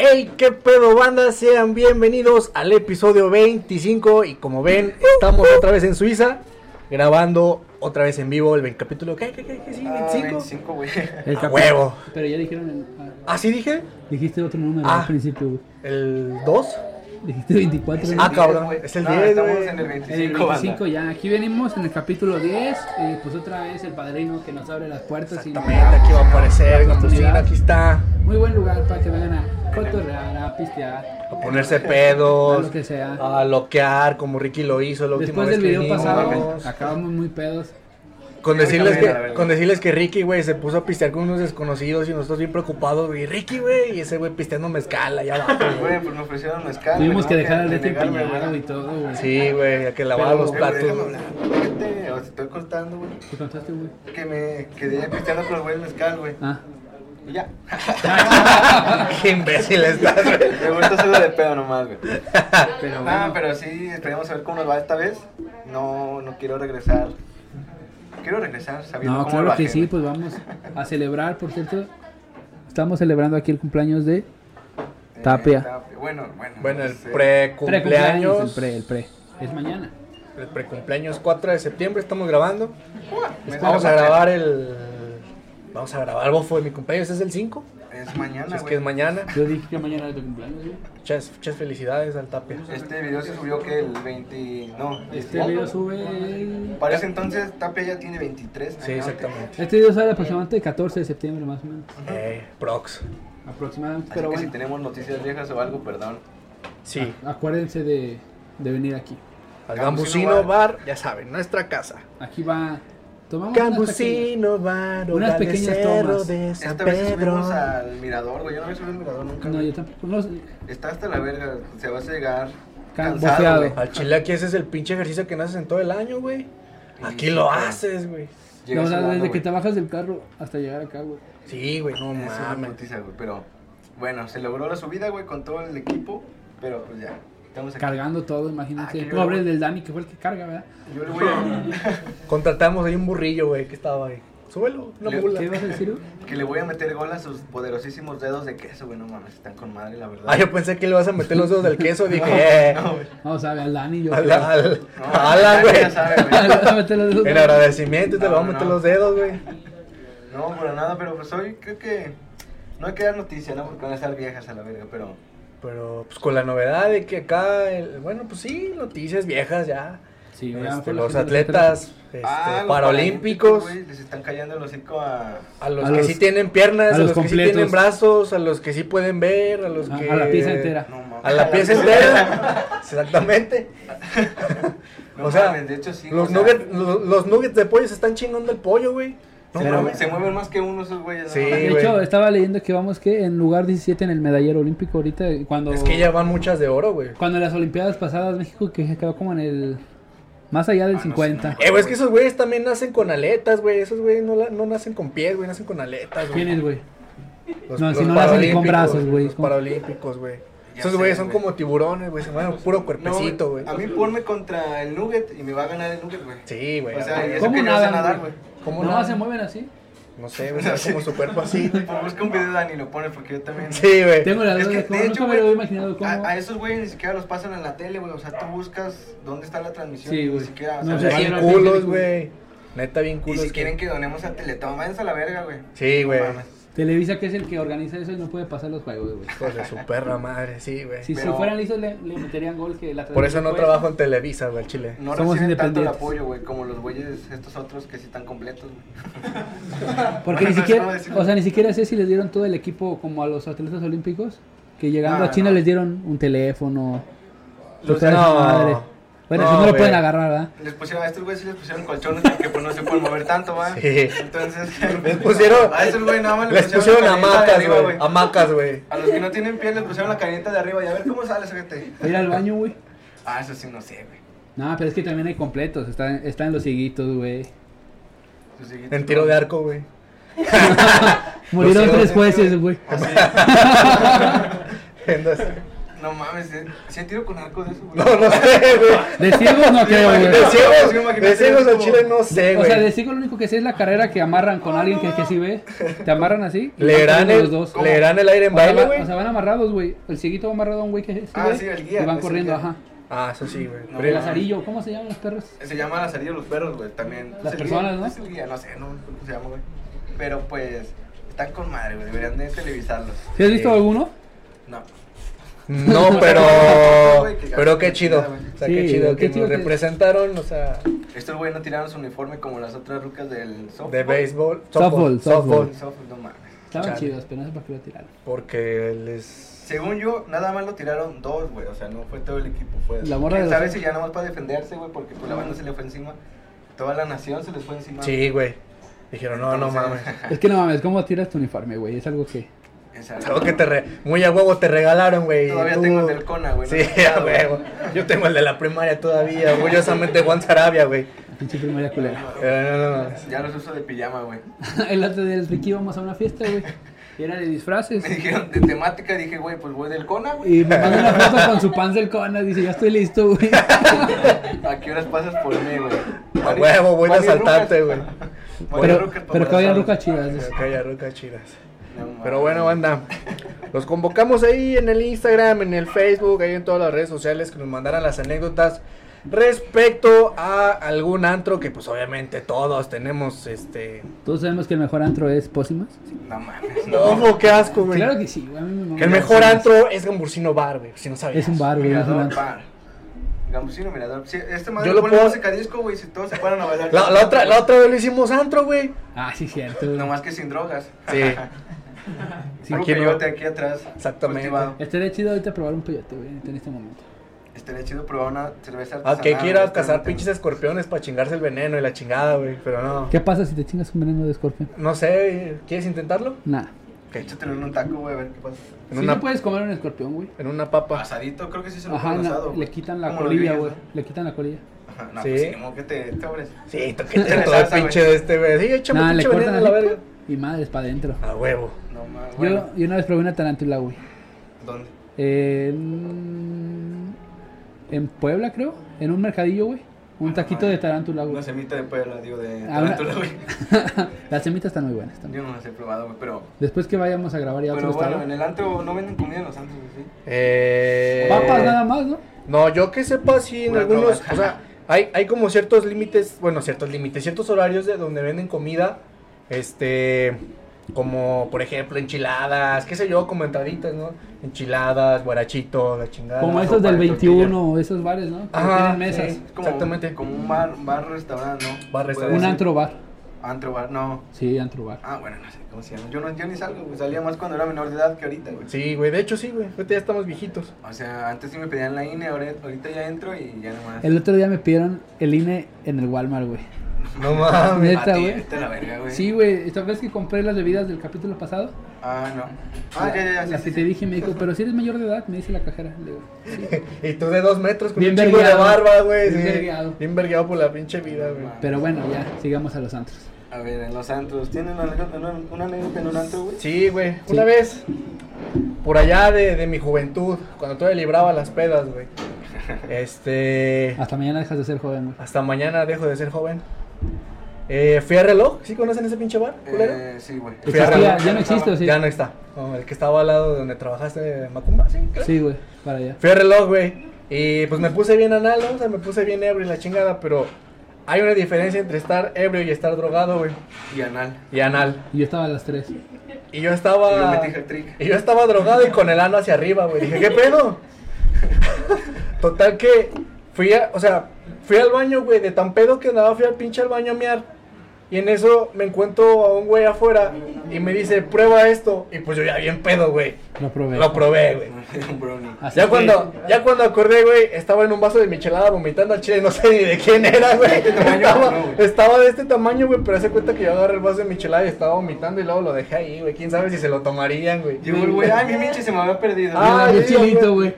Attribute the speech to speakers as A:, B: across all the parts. A: Hey, qué pedo banda, sean bienvenidos al episodio 25 y como ven, estamos otra vez en Suiza grabando otra vez en vivo el 20 capítulo, ¿qué? ¿Qué? ¿Qué? qué sí,
B: Ah,
A: 25.
B: 25, güey.
C: El
A: A
C: capi-
A: huevo.
C: Pero ya dijeron el- ah,
A: ¿Así dije?
C: dijiste otro número
A: Ah.
C: al principio, güey.
A: ¿El 2?
C: Dijiste 24.
A: Ah,
C: ¿no?
A: cabrón,
B: güey.
A: es el
B: No,
A: 10,
B: Estamos
A: güey.
B: en el
C: El
B: 25,
C: 25
B: banda.
C: ya. Aquí venimos en el capítulo 10. eh, pues otra vez el padrino que nos abre las puertas. y nos
A: Exactamente, aquí va a aparecer en la cocina, aquí está.
C: Muy buen lugar para que vengan a cotorrear, a pistear,
A: A ponerse
C: a
A: pedos,
C: lo que sea.
A: a loquear como Ricky lo hizo la última
C: Después
A: vez
C: del
A: que
C: video
A: vinimos.
C: pasado, acabamos muy pedos.
A: Con
B: Creo que
A: decirles
B: también, la
A: que,
B: verdad.
A: con decirles que Ricky, güey, se puso a pistear con unos desconocidos y nosotros bien preocupados, güey. Ricky, güey, y ese güey pisteando mezcal allá abajo, güey.
B: Güey, pues me ofrecieron mezcal.
C: Tuvimos
B: me
C: que
B: tuve
C: dejar al DT
B: negarme,
C: empeñado
B: güey.
C: y todo, güey.
A: Sí, güey, a que lavaba
C: Pero-
A: los
B: Güey,
A: platos.
B: déjame hablar. Fíjate, os estoy cortando, güey.
C: ¿Qué contaste, güey?
B: Que me quedé pisteando con el güey del mezcal, güey.
C: Ah.
B: Y ya.
A: Qué imbécil estás, güey.
B: Me gusta hacerlo de pedo nomás, güey.
C: Pero
B: Ah,
C: bueno.
B: pero sí, esperemos a ver cómo nos va esta vez. No, no quiero regresar. Quiero regresar sabiendo
C: No,
B: cómo
C: claro
B: lo
C: que
B: bajé,
C: sí,
B: güey.
C: pues vamos a celebrar, por cierto. Estamos celebrando aquí el cumpleaños de
B: Eh,
C: Tapia.
B: Bueno, bueno. pues, eh,
A: Bueno,
B: no
A: el
B: sé.
C: Precumpleaños,
A: pre-cumpleaños.
C: El pre, el pre. Es mañana.
A: El pre-cumpleaños 4 de septiembre, estamos grabando.
B: Me
A: Vamos a
B: da-
A: grabar el. Vamos a grabar. Algo fue mi cumpleaños, es el 5.
B: Es mañana,
A: Si es
B: güey.
A: que es mañana.
C: Yo dije que mañana era tu cumpleaños, güey.
A: Muchas, muchas felicidades al Tapia.
B: Este video se subió que el 20. No,
C: Este
B: 18.
C: video sube. el-
B: Para ese entonces Tapia ya tiene 23 años.
A: Sí, exactamente.
C: Este video sale aproximadamente el 14 de septiembre, más o menos.
A: Eh, Prox.
C: Aproximadamente,
B: Así
C: pero
B: que
C: bueno.
B: si tenemos noticias viejas o algo, perdón.
A: Sí.
C: Acuérdense de, de venir aquí.
A: Al
B: Gambusino
A: Gambusino Bar, ya saben, nuestra casa.
C: Aquí va. Tomamos unas pequeñas-
A: Gambusino Bar,
C: Unas
A: hogar de
C: pequeñas
A: cerro
C: tomas.
A: de San
B: Esta vez
A: Pedro.
B: subimos al mirador, güey. Yo no había subido al mirador nunca.
C: No,
B: güey.
C: yo tampoco. No,
B: Está hasta la verga. Se va a llegar
C: Can-
B: cansado,
C: bofeado.
B: güey.
A: Al chile aquí ese es el pinche ejercicio que no haces en todo el año, güey. Aquí lo haces, güey.
B: Llega
C: no, o sea,
B: sudando,
C: desde que
B: güey.
C: te bajas del carro hasta llegar acá, güey.
A: Sí, güey, no
B: Es una
A: mames.
B: noticia, güey. Pero bueno, se logró la subida, güey, con todo el equipo. Pero pues ya, estamos aquí.
C: Cargando todo, imagínate.
B: Ah,
C: El
B: qué
C: pobre
B: bueno.
C: del Dani, que fue el que carga, ¿verdad?
B: Yo le voy a,
A: Contratamos ahí un burrillo, güey, que estaba ahí. Súbelo, una
B: Le-
A: mula.
C: ¿Qué vas a decir, güey?
B: que le voy a meter gol a sus poderosísimos dedos de queso, güey. No mames, están con madre, la verdad.
A: Ah, yo pensé que le vas a meter los dedos del queso. Dije, eh.
C: No, sabe, al Dani yo.
A: Al, al,
B: No,
A: Alan,
B: ya
A: güey.
B: sabe, güey.
C: Le vas a meter los dedos.
A: En agradecimiento te
B: No,
A: le vamos
B: no,
A: a meter
B: no.
A: los dedos, güey.
B: No, para nada, pero pues hoy creo que no hay que dar noticia, ¿no? Porque van a estar viejas a la verga, pero
A: Pero pues con la novedad de que acá, el- bueno, pues sí, noticias viejas ya.
C: Sí,
A: Este,
C: güey, a lo mejor la
A: los
C: gente le
A: atletas este,
B: Ah, los
A: paralímpicos,
B: güey, les están cayendo el hocico a
A: a los
C: A
A: que
C: los-
A: sí tienen piernas, a,
C: a
A: los,
C: los
A: que sí tienen
C: completos.
A: brazos, a los que sí pueden ver, a los
C: A-
A: que...
C: a la pieza entera.
B: no mames.
A: A la pieza entera, exactamente.
B: No
A: o sea,
B: mames, de hecho sí.
A: Los,
B: o sea,
A: nuggets, los, los nuggets de pollo se están chingando el pollo, güey. No
B: se, mueven,
A: mames.
B: se mueven más que uno esos güeyes. ¿no?
A: Sí,
C: De
A: güey.
C: hecho, estaba leyendo que vamos que en lugar 17 en el medallero olímpico ahorita y cuando
A: Es que ya van muchas de oro, güey.
C: cuando en las olimpiadas pasadas México que quedó como en el más allá del
B: Ah, no sé,
C: 50.
B: no
A: Eh, güey, es que esos güeyes también nacen con aletas, güey. Esos güeyes no, la- no nacen con pies, güey, nacen con aletas, güey.
C: ¿Quiénes, güey?
A: Los,
C: No,
A: los
C: si no nacen ni con
A: paralímpicos,
C: brazos, güey.
A: Los
C: Con-
A: paralímpicos, güey.
B: Ya
A: Esos
B: sé,
A: güeyes son
B: güey.
A: como tiburones, güey. Se mueven puro
B: No,
A: cuerpecito, güey.
B: A mí ponme contra el Nugget y me va a ganar el Nugget, güey.
A: Sí, güey.
B: O sea, y eso
C: ¿Cómo
B: que yo sé
C: nadan,
B: nadar, güey.
C: güey?
A: ¿Cómo
C: no
A: no?
C: se mueven así.
A: No sé, güey. se ve como su cuerpo así.
B: Pues Busca un video de Dani y lo pones porque yo también.
A: Sí, güey.
C: Tengo la
B: Es
C: duda
B: que,
C: de cómo
B: de
C: nunca
B: hecho,
C: me lo
B: güey,
C: he imaginado cómo.
B: A, a esos güeyes ni siquiera los pasan en la tele, güey. O sea, tú buscas dónde está la transmisión.
C: Sí,
B: y ni
C: güey.
B: siquiera. o
C: No
B: sea,
A: O
C: sé
A: sea,
C: si
A: bien
C: era
A: culos,
C: bien-
A: güey. Neta, bien
B: Y
A: culos.
B: si quieren que donemos a Teletón, váyanse a la verga, güey.
A: Sí, güey.
B: No mames.
C: Televisa que es el que organiza eso y no puede pasar los juegos, güey.
A: Hijos de su perra madre, sí, güey.
C: Si, si
B: Pero-
C: fueran listos le, le meterían gol que la
A: Por eso
C: transmisión
A: no
C: fue-
A: trabajo en Televisa, güey, al chile.
B: No
C: Somos
B: reciben tanto el
C: independientes.
B: apoyo, güey, como los güeyes estos otros que sí están completos, güey. Bueno, no
C: Porque ni
B: sé
C: siquiera,
B: cómo decirlo.
C: o sea, ni siquiera sé si les dieron todo el equipo como a los atletas olímpicos, que llegando
B: No,
C: a China
B: no.
C: les dieron un teléfono.
A: Ah, Los-
C: toda esa
A: no.
C: madre. Bueno,
A: No,
C: eso no lo
A: güey.
C: pueden agarrar, ¿verdad?
B: Les pusieron, a estos güeyes sí les pusieron colchones porque pues no se pueden mover tanto, va.
A: Sí.
B: Entonces,
A: Les pusieron-
B: A estos güey nada más
A: Les pusieron
B: la canillita de
A: hamacas,
B: arriba,
A: güey. Hamacas, güey.
B: A los que no tienen piel les pusieron la caneta de arriba y a ver cómo sale esa gente.
C: Ir al baño, güey.
B: Ah, eso sí, no sé, güey.
C: No, pero es que también hay completos, están, están los cieguitos, güey.
B: Eso Pues sí,
A: En tiro de arco, güey.
C: Murieron
A: ciegos,
C: tres
A: sí,
C: jueces, güey.
B: Así.
A: Entonces,
B: No mames, ¿eh? ¿sí hay tiro con arco de eso, güey?
A: No, no sé, güey.
C: De ciegos no creo,
B: Imagínate,
A: De
C: güey.
A: ciegos, de ciegos al chile no sé,
C: O
A: güey.
C: sea, de ciego lo único que sé es la carrera que amarran con alguien que, que sí ve. Te amarran así. y
A: Le
C: van
A: dan
C: corriendo
A: el,
C: los dos.
A: le dan el aire en
C: O sea,
A: baile,
C: va-
A: güey.
C: o sea, van amarrados, güey. El cieguito va amarrado a un güey que sí
B: Ah,
C: ve,
B: sí, el guía,
C: Y van
B: pues,
C: corriendo,
B: el guía.
C: ajá.
A: Ah, eso sí, güey.
B: No,
C: El
A: Pero-
B: las
C: lazarillo, ¿cómo se llaman los perros?
B: Se llama la salida de los perros, güey, también.
C: Las
B: Es el
C: personas,
B: guía,
C: ¿no?
B: Es el guía, no sé, no sé cómo se llama, güey. Pero pues, están con madre, güey, deberían de televisarlos.
C: ¿Sí has visto
A: Sí.
C: alguno?
B: No.
A: No, pero. Pero qué chido. O sea, qué
C: Sí,
A: chido
C: qué
A: que
C: chido
A: nos
C: que-
A: representaron, o sea,
B: Estos güey no tiraron su uniforme como las otras rucas del softball.
A: de béisbol.
C: Softball, softball.
B: Del softball, no mames.
C: Estaban
A: Chale.
C: chidos, pero no sé por qué lo tiraron.
A: Porque les.
B: Según yo, nada más lo tiraron dos, güey. O sea, no fue todo el equipo, fue.
C: La morra de
B: ¿Quién
C: los-
B: sabe si ya nada más para defenderse, güey? Porque pues, la banda se le fue encima. Toda la nación se les fue encima.
A: Sí, güey. Dijeron, no, no mames.
B: Entonces-
C: Es que no mames, ¿cómo tiras tu uniforme, güey? Es algo que.
B: Exacto.
A: Algo que te re- muy a huevo te regalaron, güey. y
B: Todavía
A: tú-
B: tengo el del Cona, güey.
A: Sí, a huevo. Yo tengo el de la primaria todavía, orgullosamente Juan Sarabia, güey.
C: Pinche primaria culera.
A: Eh, no, no, no.
B: Ya los uso de pijama, güey.
C: el otro día del Ricky íbamos a una fiesta, güey. Y era de disfraces.
B: Me dijeron de temática, dije, güey, pues voy del Cona, güey.
C: Y me mandó una foto con su pan del Conas. Dice, ya estoy listo, güey.
B: ¿A qué horas pasas por mí, güey?
A: A huevo, voy de
B: Varias
A: asaltante,
B: rucas.
A: güey.
B: Varias
C: Pero,
B: rucas
C: pero que vayan rucas
B: embarazadas.
C: chidas. dice.
A: Ok, ya, rucas chidas.
B: No mames.
A: Pero bueno, banda. Los convocamos ahí en el Instagram, en el Facebook, ahí en todas las redes sociales que nos mandaran las anécdotas respecto a algún antro que pues obviamente todos tenemos este...
C: Todos sabemos que el mejor antro es Pósimas.
B: No mames, no.
A: ¡Oh, qué asco, güey!
C: Claro que sí, güey. a mí me mama
A: Que el
C: Pósimas.
A: mejor antro es Gamburcino Bar, güey, si no sabías.
C: Es un bar, güey. es un
B: Mirador,
C: antro.
B: par. Gambusino, mirador. Sí, este madre
A: Yo lo
B: pone
A: puedo-
B: música disco, güey, si todos se paran a bailar.
A: La, la otra, la otra vez lo hicimos antro, güey.
C: Ah, sí, cierto.
B: Nomás que sin drogas.
A: Sí.
C: Sí,
B: Algo
A: aquí
B: que
A: no.
B: llévate aquí atrás.
A: Exactamente.
B: cultivado.
C: Estaría chido ahorita probar un peyote, güey, en este momento.
B: Estaría chido probar una cerveza
A: A
B: artesanal. este,
A: que quiera
B: güey,
A: cazar
B: realmente.
A: pinches escorpiones para chingarse el veneno y la chingada, güey, pero no.
C: ¿Qué pasa si te chingas un veneno de escorpión?
A: No sé, ¿quieres intentarlo?
C: Nada.
A: Ok.
B: Échatelo en un taco, güey, a ver qué pasa.
A: En,
C: Si
A: una,
C: no puedes comer un escorpión, güey.
A: en una papa.
B: Pasadito, creo que sí se lo
C: Ajá,
B: ponen
C: na-
B: asado, güey.
C: le quitan la
B: Como los
C: colilla,
B: grillos,
C: güey. Le quitan la colilla.
B: ¿no? Ajá, no,
A: Sí.
B: pues, ni modo que te te abres.
A: Sí,
B: Échale
A: toquete todo el
B: salsa,
A: pinche
B: güey.
A: de este, güey. Sí, échame
C: Nada, le
A: pinche veneno
C: cortan
A: a la
C: así,
A: verga. Ah,
C: Y madres, para adentro.
A: A huevo.
B: No mames. Bueno,
C: Yo, yo una vez probé una tarántula, güey.
B: ¿dónde?
C: En, en Puebla, creo. En un mercadillo, güey. Un taquito de tarántula,
B: Una
C: güey.
B: semita de pueblo, pues, digo, de
C: Ah, una-
B: tarántula, güey.
C: Las semitas están muy buenas también.
B: Yo no las he probado, güey, pero...
C: Después que vayamos a grabar ya
B: Pero
C: otro
B: bueno,
C: estado.
B: en el antro no venden comida en los antros, güey, ¿sí?
A: Eh,
C: Papas nada más, ¿no?
A: No, yo que sepa, sí, en
B: Pura
A: algunos.
B: droga.
A: O sea, hay, hay como ciertos límites, bueno, ciertos límites, ciertos horarios de donde venden comida. Este. Como, por ejemplo, enchiladas, qué sé yo, como entraditas, ¿no? Enchiladas, guarachito, la chingada.
C: Como
A: la
C: esos
A: sopa
C: del
A: de tortilla.
C: 21, esos bares, ¿no? Que
A: Ajá,
C: tienen mesas.
A: sí.
B: Es como,
A: Exactamente.
B: Como un bar, bar restaurante, ¿no?
A: Bar,
B: Puede
A: restaurante.
C: Un
B: ser.
C: antro bar.
B: Antro, bar, no.
C: Sí, antro bar.
B: Ah, bueno, no sé cómo se llama. Yo, no, yo ni salgo, güey. Salía más cuando era menor de edad que ahorita, güey.
A: Sí, güey, de hecho sí, güey. Ahorita ya estamos viejitos.
B: O sea, antes sí me pedían la INE, ahora- ahorita ya entro y ya nomás.
C: El otro día me pidieron el INE en el Walmart, güey.
A: No mames.
C: Neta,
B: A ti,
C: güey.
B: vete a la verga, güey.
C: Sí, güey. Esta vez que compré las bebidas del capítulo pasado,
B: Ah, no. Ah, ya, ya, ya. sí,
C: las
B: sí,
C: que te dije, me dijo, pero si eres mayor de edad, me dice la cajera. Le digo,
A: Y tú de dos metros con
C: Bien
A: un chingo de
C: vergueado.
A: barba, güey.
C: Bien
A: sí.
C: vergueado.
A: Bien vergueado por la pinche vida, güey.
C: Pero bueno, ya, sigamos a los antros.
B: sí. A ver, en los antros. ¿Tienen una anécdota en un- una anécdota en un antro, güey?
A: Sí, güey.
C: Sí.
A: Una vez, por allá de, de mi juventud, cuando todavía libraba las pedas, güey. Este.
B: Ah.
C: Hasta mañana dejas de ser joven, güey.
A: Hasta mañana dejo de ser joven. Eh, fui a reloj. ¿Sí conocen ese pinche bar, culero?
B: Eh, sí, güey.
A: Fui a
C: Existía,
A: reloj.
C: ya no existe, ¿o sí?
A: Ya no está. No, el que estaba al lado de donde trabajaste, Macumba, ¿sí? creo.
C: Sí, güey, para allá.
A: Fui a reloj, güey. Y pues me puse bien anal, ¿no? O sea, me puse bien ebrio y la chingada, pero hay una diferencia entre estar ebrio y estar drogado, güey.
B: Y anal.
A: Y anal.
C: Y Yo estaba a las 3.
A: Y yo
B: Y yo
A: estaba.
B: metí el trick.
A: Y yo estaba drogado y con el ano hacia arriba, güey. Dije, ¿qué pedo? Total que fui a, o sea, fui al baño, güey, de tan pedo que andaba, fui al pinche al baño a mear. Y en eso me encuentro a un güey afuera y me dice, prueba esto. Y pues yo ya bien pedo, güey.
C: Lo probé.
A: Lo probé, güey.
B: un brownie.
C: Así
A: Ya
C: que-
A: cuando, ya cuando acordé, güey, estaba en un vaso de michelada vomitando al chile, no sé ni de quién era, güey.
B: este tamaño,
A: Estaba,
B: no, güey.
A: estaba de este tamaño, güey, pero hace cuenta que yo agarré el vaso de michelada y estaba vomitando y luego lo dejé ahí, güey. Quién sabe si se lo tomarían, güey.
B: Llegó el güey. Ay, mi minche se me había perdido.
C: Me
A: Ah,
C: dame un
A: sí, güey.
C: chilito, güey.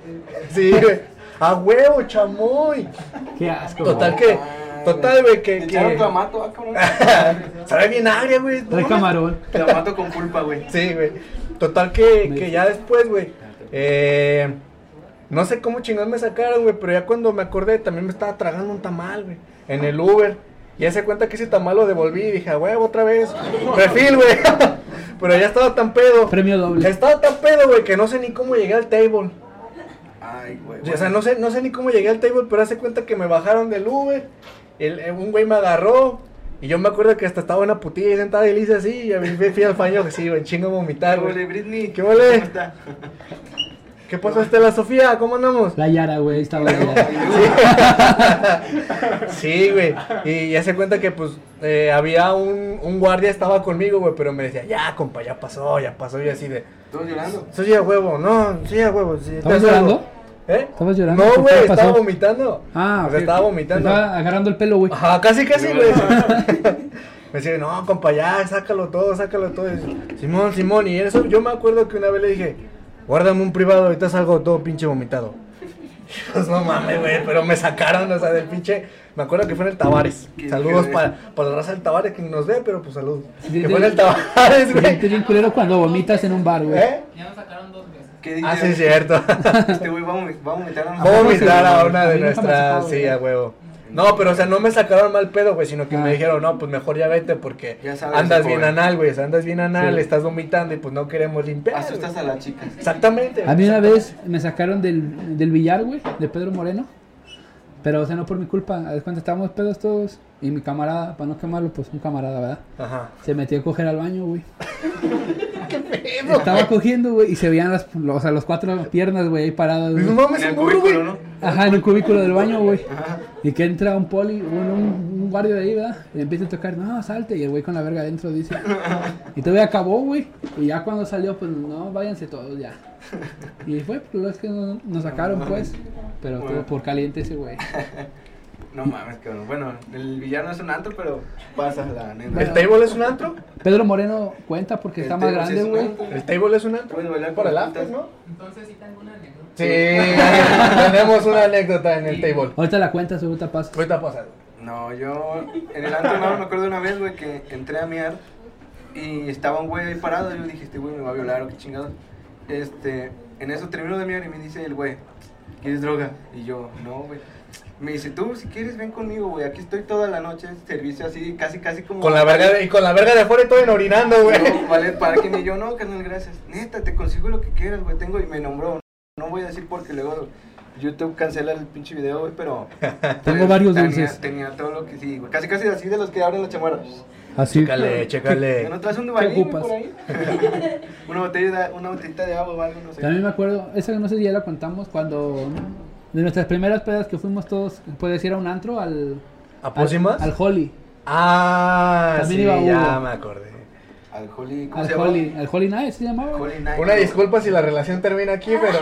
A: Sí, güey. A huevo, chamoy.
C: Qué asco.
A: Total
C: güey.
A: que, total, güey, que,
B: Te echaron
A: que...
B: clamato, ah, cabrón.
A: Sabe bien agria, güey.
C: Trae
A: No
C: camarón.
B: Clamato con pulpa, güey.
A: Sí, güey. Total que, que ya después, güey. eh, No sé cómo chingados me sacaron, güey, pero ya cuando me acordé también me estaba tragando un tamal, güey, en el Uber. Y ya se cuenta que ese tamal lo devolví y dije, "A huevo, otra vez. Perfil, güey. pero ya estaba tan pedo.
C: Premio doble.
A: Estaba tan pedo, güey, que no sé ni cómo llegué al table.
B: Ay, güey.
A: O sea, no sé, no sé ni cómo llegué al table, pero hace cuenta que me bajaron del Uber. El, eh, un güey me agarró. Y yo me acuerdo que hasta estaba una putilla ahí sentada y le hice así. Y a mí me fui al baño así, güey, chingo a
B: ¿Qué
A: vomitar,
B: huele,
A: güey.
B: Britney?
A: ¿Qué huele?
B: ¿Cómo está?
A: ¿Qué pasó, Estela Sofía? ¿Cómo andamos?
C: La Yara, güey, estaba la Yara.
A: Sí, güey. Y ya se cuenta que, pues, eh, había un, un guardia, estaba conmigo, güey, pero me decía, ya, compa, ya pasó, ya pasó. Y así de,
B: ¿Todos llorando?
A: soy a huevo, no, soy a huevo. Sí,
C: ¿Estabas
A: te hago".
C: llorando?
A: ¿Eh?
C: ¿Estabas llorando?
A: No,
C: ¿Por qué
A: güey,
C: pasó?
A: estaba vomitando.
C: Ah,
A: O sea,
C: ok,
A: estaba
C: ok.
A: vomitando.
C: Estaba agarrando el pelo, güey.
A: Ajá, casi, casi, güey. me decía, no, compa, ya, sácalo todo, sácalo todo. Y, Simón, Simón, y eso, yo me acuerdo que una vez le dije, guárdame un privado, ahorita salgo todo pinche vomitado. Pues no mames, güey, pero me sacaron, o sea, del pinche. Me acuerdo que fue en el Tavares.
B: Qué
A: Saludos
B: feo,
A: para la raza del Tavares que nos ve, pero pues saludos.
C: Sí,
A: Que
C: sí,
A: fue en el
C: sí.
A: Tavares,
C: Se siente
A: güey.
C: bien culero cuando vomitas en un bar, güey.
A: ¿Eh?
D: Ya nos sacaron dos veces.
B: ¿Qué dice?
A: Ah, sí, es cierto.
B: Este güey va a vomi- va a vomitar a
A: Vamos a
C: no, sí,
A: vomitar a
C: güey.
A: una
C: A
A: de
C: mí nunca me ha
A: nuestras,
C: sacado,
A: sí,
C: güey.
A: a huevo. No, pero o sea, no me sacaron mal pedo, güey, sino que
C: Ah.
A: me dijeron, no, pues mejor ya vete porque
B: Ya sabes,
A: andas
B: ese
A: bien
B: joven.
A: anal, güey, o sea, andas bien anal,
C: Sí.
A: estás vomitando y pues no queremos limpiar.
B: Asustas
A: güey.
B: a las chicas.
A: Exactamente.
C: A mí una
A: exactamente.
C: vez me sacaron del, del billar, güey, de Pedro Moreno. Pero, o sea, no por mi culpa. A ver, cuando estábamos pedos todos y mi camarada, para no quemarlo, pues un camarada, ¿verdad?
A: Ajá.
C: Se metió a coger al baño, güey. Estaba cogiendo, güey, y se veían las, los- o sea, los cuatro piernas, güey, ahí paradas.
A: Pues, no
C: güey.
A: mames,
B: En el
A: un burro, güey.
B: cubículo, ¿no?
C: Ajá, en el cubículo del baño, güey. Y que entra un poli, un, un, un guardia de ahí, ¿verdad? Y le empieza a tocar, no, salte. Y el güey con la verga adentro dice. Y todavía acabó, güey. Y ya cuando salió, pues no, váyanse todos ya. Y fue, pues es que nos, nos sacaron, pues. Pero
B: Bueno.
C: todo por caliente ese güey.
B: No mames, cabrón. Bueno, el villano es un antro, pero pasa la neta.
A: ¿El table es un antro?
C: Pedro Moreno cuenta porque
B: El
C: está más
B: table sí
C: grande,
B: es un
C: güey.
B: antro.
A: ¿El table es un antro?
B: Puedes bailar
A: Para
B: con
A: el
B: las
A: after,
B: putas.
A: ¿no?
D: Entonces sí tengo una anécdota.
A: Sí, tenemos una anécdota en el table.
C: Ahorita la cuenta, seguro te pasa.
A: Ahorita pasa.
B: No, yo en el antro no me acuerdo una vez, güey, que entré a miar y estaba un güey ahí parado. Yo dije, este güey me va a violar o qué chingados. Este, en eso termino de miar y me dice el güey, ¿quieres droga? Y yo, no, güey. Me dice, tú si quieres ven conmigo, güey. Aquí estoy toda la noche, servicio así, casi, casi como.
A: Con la verga de, y con la verga de afuera y todo en orinando, güey.
B: No, vale, para que me yo, no, carnal, gracias. Neta, te consigo lo que quieras, güey. Tengo y me nombró. No voy a decir porque luego YouTube cancela el pinche video, güey, pero.
C: Tengo varios
B: tenía-
C: dulces.
B: Tenía todo lo que sí, güey. Casi, casi así de los que abren la chamarra.
C: Así.
A: Chécale,
B: ¿Ya
A: chécale.
B: no traes un dubalín
C: ocupas?
B: por ahí? una, botella de- una botellita de agua o algo, no sé.
C: También me acuerdo, esa no sé si ya la contamos, cuando de nuestras primeras pedas que fuimos todos, puedes ir a un antro, al...
A: ¿A Pósimas?
C: Al, al Holly.
A: Ah,
C: También
A: sí,
C: iba
A: ya
C: Hugo.
A: me acordé.
B: Al Holly, ¿cómo
C: Al
B: se
C: Holly.
B: llama?
C: Al Holly Night se llamaba. güey.
B: Holly Night.
A: Una disculpa si la relación termina aquí, pero.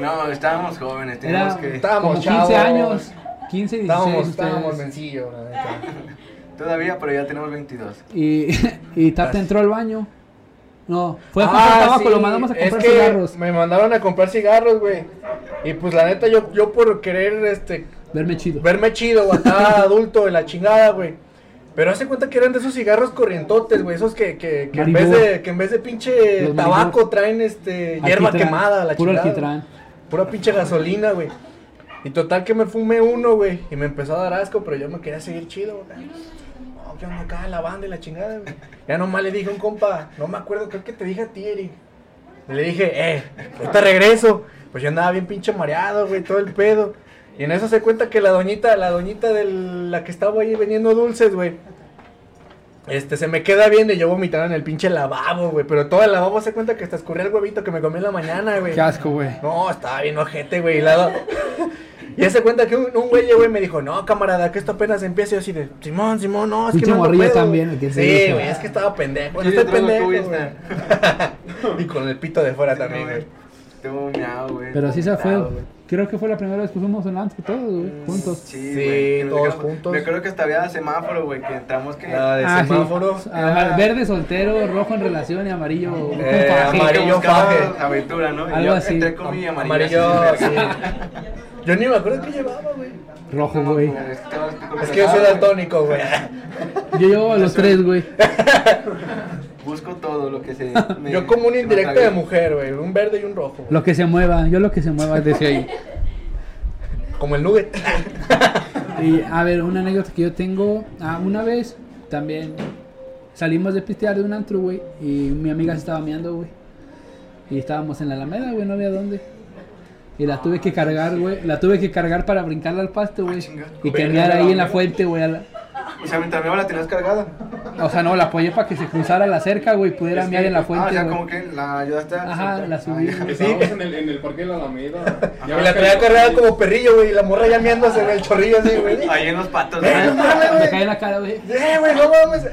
B: No, estábamos jóvenes, teníamos
C: Era
B: que.
A: Está- Estábamos
C: como 15
A: chavos.
C: años. 15, 16.
A: estábamos,
C: ustedes.
A: estábamos vencillos, la neta.
B: Todavía, pero ya tenemos 22.
C: Y, y Tata entró al baño. No, fue a comprar
A: Ah,
C: tabaco,
A: sí,
C: lo mandamos a
A: es
C: comprar
A: que
C: cigarros.
A: Me mandaron a comprar cigarros, güey. Y pues la neta, yo, yo por querer este
C: Verme chido.
A: verme chido, güey, acá adulto de la chingada, güey. Pero hace cuenta que eran de esos cigarros corrientotes, güey, esos que, que, que en vez
C: Maribú.
A: de, que en vez de pinche
C: Los
A: tabaco
C: Maribú.
A: traen este hierba
C: Alquitrán,
A: quemada, la
C: Puro
A: chingada.
C: alquitrán.
A: Pura pinche gasolina, güey. Y total que me fumé uno, güey. Y me empezó a dar asco, pero yo me quería seguir chido, güey. No, que ando acá, la banda y la chingada, güey. Ya nomás le dije a un compa, no me acuerdo, creo que te dije a ti, Eric. Le dije, eh, ahorita regreso. Pues yo andaba bien pinche mareado, güey, todo el pedo. Y en eso se cuenta que la doñita, la doñita de la que estaba ahí vendiendo dulces, güey. Este, se me queda viendo y yo vomitaba en el pinche lavabo, güey. Pero todo el lavabo se cuenta que hasta escurría el huevito que me comí en la mañana, güey.
C: Qué asco, güey.
A: No, estaba bien ojete, güey. y la do- Y ya se cuenta que un, un güey llegó y me dijo, no, camarada, que esto apenas empieza. Y yo así de, Simón, Simón, no, es que
C: Pinche
A: no ando
C: morrillo
A: pedo".
C: también, el que se
A: Sí,
C: dice.
A: güey, es que estaba pendejo. No
B: Sí,
A: estoy
B: yo creo que
A: pendejo,
B: tú
A: güey.
B: estar.
A: Y con el pito de fuera también, güey.
B: Estuvo miado, güey.
C: Pero sí se fue.
B: Vomitado, güey.
C: Creo que fue la primera vez que fuimos a un antro todos, güey, juntos.
B: Sí,
A: Mm, Sí,
B: güey, que nos
A: todos
B: dejamos-
A: juntos.
B: Me acuerdo que hasta había semáforo, güey, que entramos que...
A: La de
C: Ah, sí.
A: semáforo.
C: Ajá, Verde soltero, rojo en relación y amarillo. con
A: Eh,
C: faje.
B: que
A: amarillo
B: buscaba
A: faje.
B: Aventura, ¿no? Y
C: Algo
B: yo
C: así.
B: Entré con mi amarillo.
A: Amarillo,
B: así,
A: sí.
B: verga.
A: Yo ni me acuerdo qué llevaba, güey.
C: Rojo, güey.
B: Es que te vas a explicar
A: Es que yo soy
B: nada, güey.
A: daltónico, güey.
C: Yo llevo a los tres, güey.
B: Busco todo lo que se. me-
A: Yo como una
B: se me
A: indirecta de
B: atraviesa.
A: mujer, güey. Un verde y un rojo. güey.
C: Lo que se mueva, yo lo que se mueva, decía ahí.
A: Como el nugget.
C: Y a ver, una anécdota que yo tengo. Ah, una vez también salimos de pistear de un antro, güey. Y mi amiga se estaba meando, güey. Y estábamos en la alameda, güey, no había dónde. Y la tuve que cargar, güey. La tuve que cargar para brincarla al pasto, güey.
B: Ah, chinga.
C: Y que
A: Verga,
C: meara ahí en la
A: güey.
C: fuente, güey. a la-
B: O sea, mientras me la tenías cargada. Ah,
C: O sea, no, la apoyé para que se cruzara la cerca, güey. y Pudiera
B: Es
C: mear
B: que-
C: en la
B: Ah, o
C: fuente,
B: sea,
C: güey.
B: como que la ayudaste a.
C: Ajá, la subí.
B: Ah, ya.
A: Sí.
E: Estábamos en el, en el parque de la Alameda.
A: Y la traía cargada como perrillo, güey. Y la morra ya meándose en el chorrillo así, güey.
B: Ahí en los patos,
A: ¡Eh, no
B: ¿no?
A: mames,
C: Me
A: güey!
C: cae en la cara, güey.
A: ¡Eh, güey, no mames!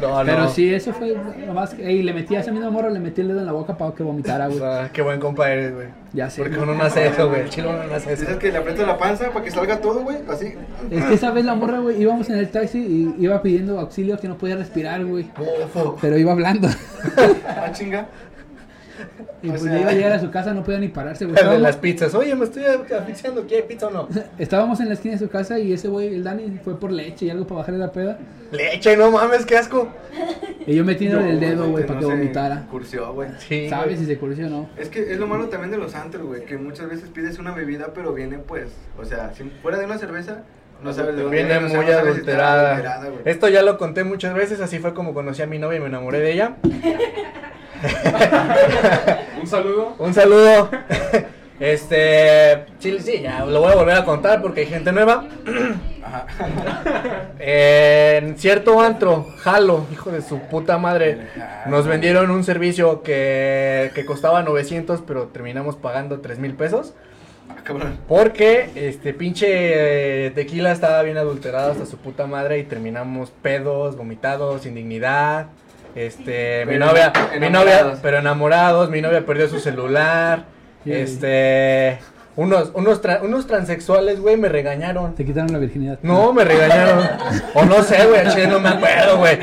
A: No, no.
C: Pero sí, eso fue lo más que... Ey, le metí a ese mismo morro, le metí el dedo en la boca para que vomitara,
A: O
C: güey.
A: sea, qué buen compa eres, güey.
C: Ya sé.
A: Porque uno no hace eso, güey. El chile uno no hace eso.
B: Dices que le aprietas la panza para que salga todo, güey. Así.
C: Es que esa vez la morra, güey, íbamos en el taxi y iba pidiendo auxilio que no podía respirar, güey.
A: Bofo.
C: Pero iba hablando.
B: Ah, chinga.
C: Y
B: O
C: pues
B: sea-
C: ya iba a llegar a su casa, no podía ni pararse, güey.
A: El de las
C: Estábamos,
A: pizzas. Oye, me estoy asfixiando. ¿Qué hay pizza o no?
C: estábamos en la esquina de su casa y ese güey, el Dani, fue por leche y algo para bajarle la peda.
A: Leche, no mames, qué asco.
C: Y yo metiéndole el dedo, güey,
B: que
C: para
B: pues, no
C: que
B: se
C: vomitara.
B: Cursió, güey.
A: Sí.
C: ¿Sabes si
A: güey.
C: se cursió o no?
B: Es que es lo malo también de los antros, güey, que muchas veces pides una bebida, pero viene pues, o sea, si fuera de una cerveza, no sabes de dónde
A: Viene
B: o sea,
A: muy
B: no sabes si está
A: adulterada.
B: güey.
A: Esto ya lo conté muchas veces. Así fue como conocí a mi novia y me enamoré de ella.
E: Un saludo.
A: Un saludo. Este. Sí, sí, ya lo voy a volver a contar porque hay gente nueva.
B: Ajá.
A: En cierto antro, Jalo, hijo de su puta madre, nos vendieron un servicio que, que costaba 900, pero terminamos pagando 3 mil pesos.
B: Ah, cabrón.
A: Porque este pinche eh, tequila estaba bien adulterado hasta su puta madre y terminamos pedos, vomitados, sin dignidad. Este, mi
B: Pero
A: novia, mi novia,
B: enamorados.
A: pero enamorados, mi novia perdió su celular.
C: Yay.
A: Este, unos, unos, tra- unos transexuales, güey, me regañaron.
C: Te quitaron la virginidad.
A: No, me regañaron. O no sé, güey, al chile no me acuerdo, güey.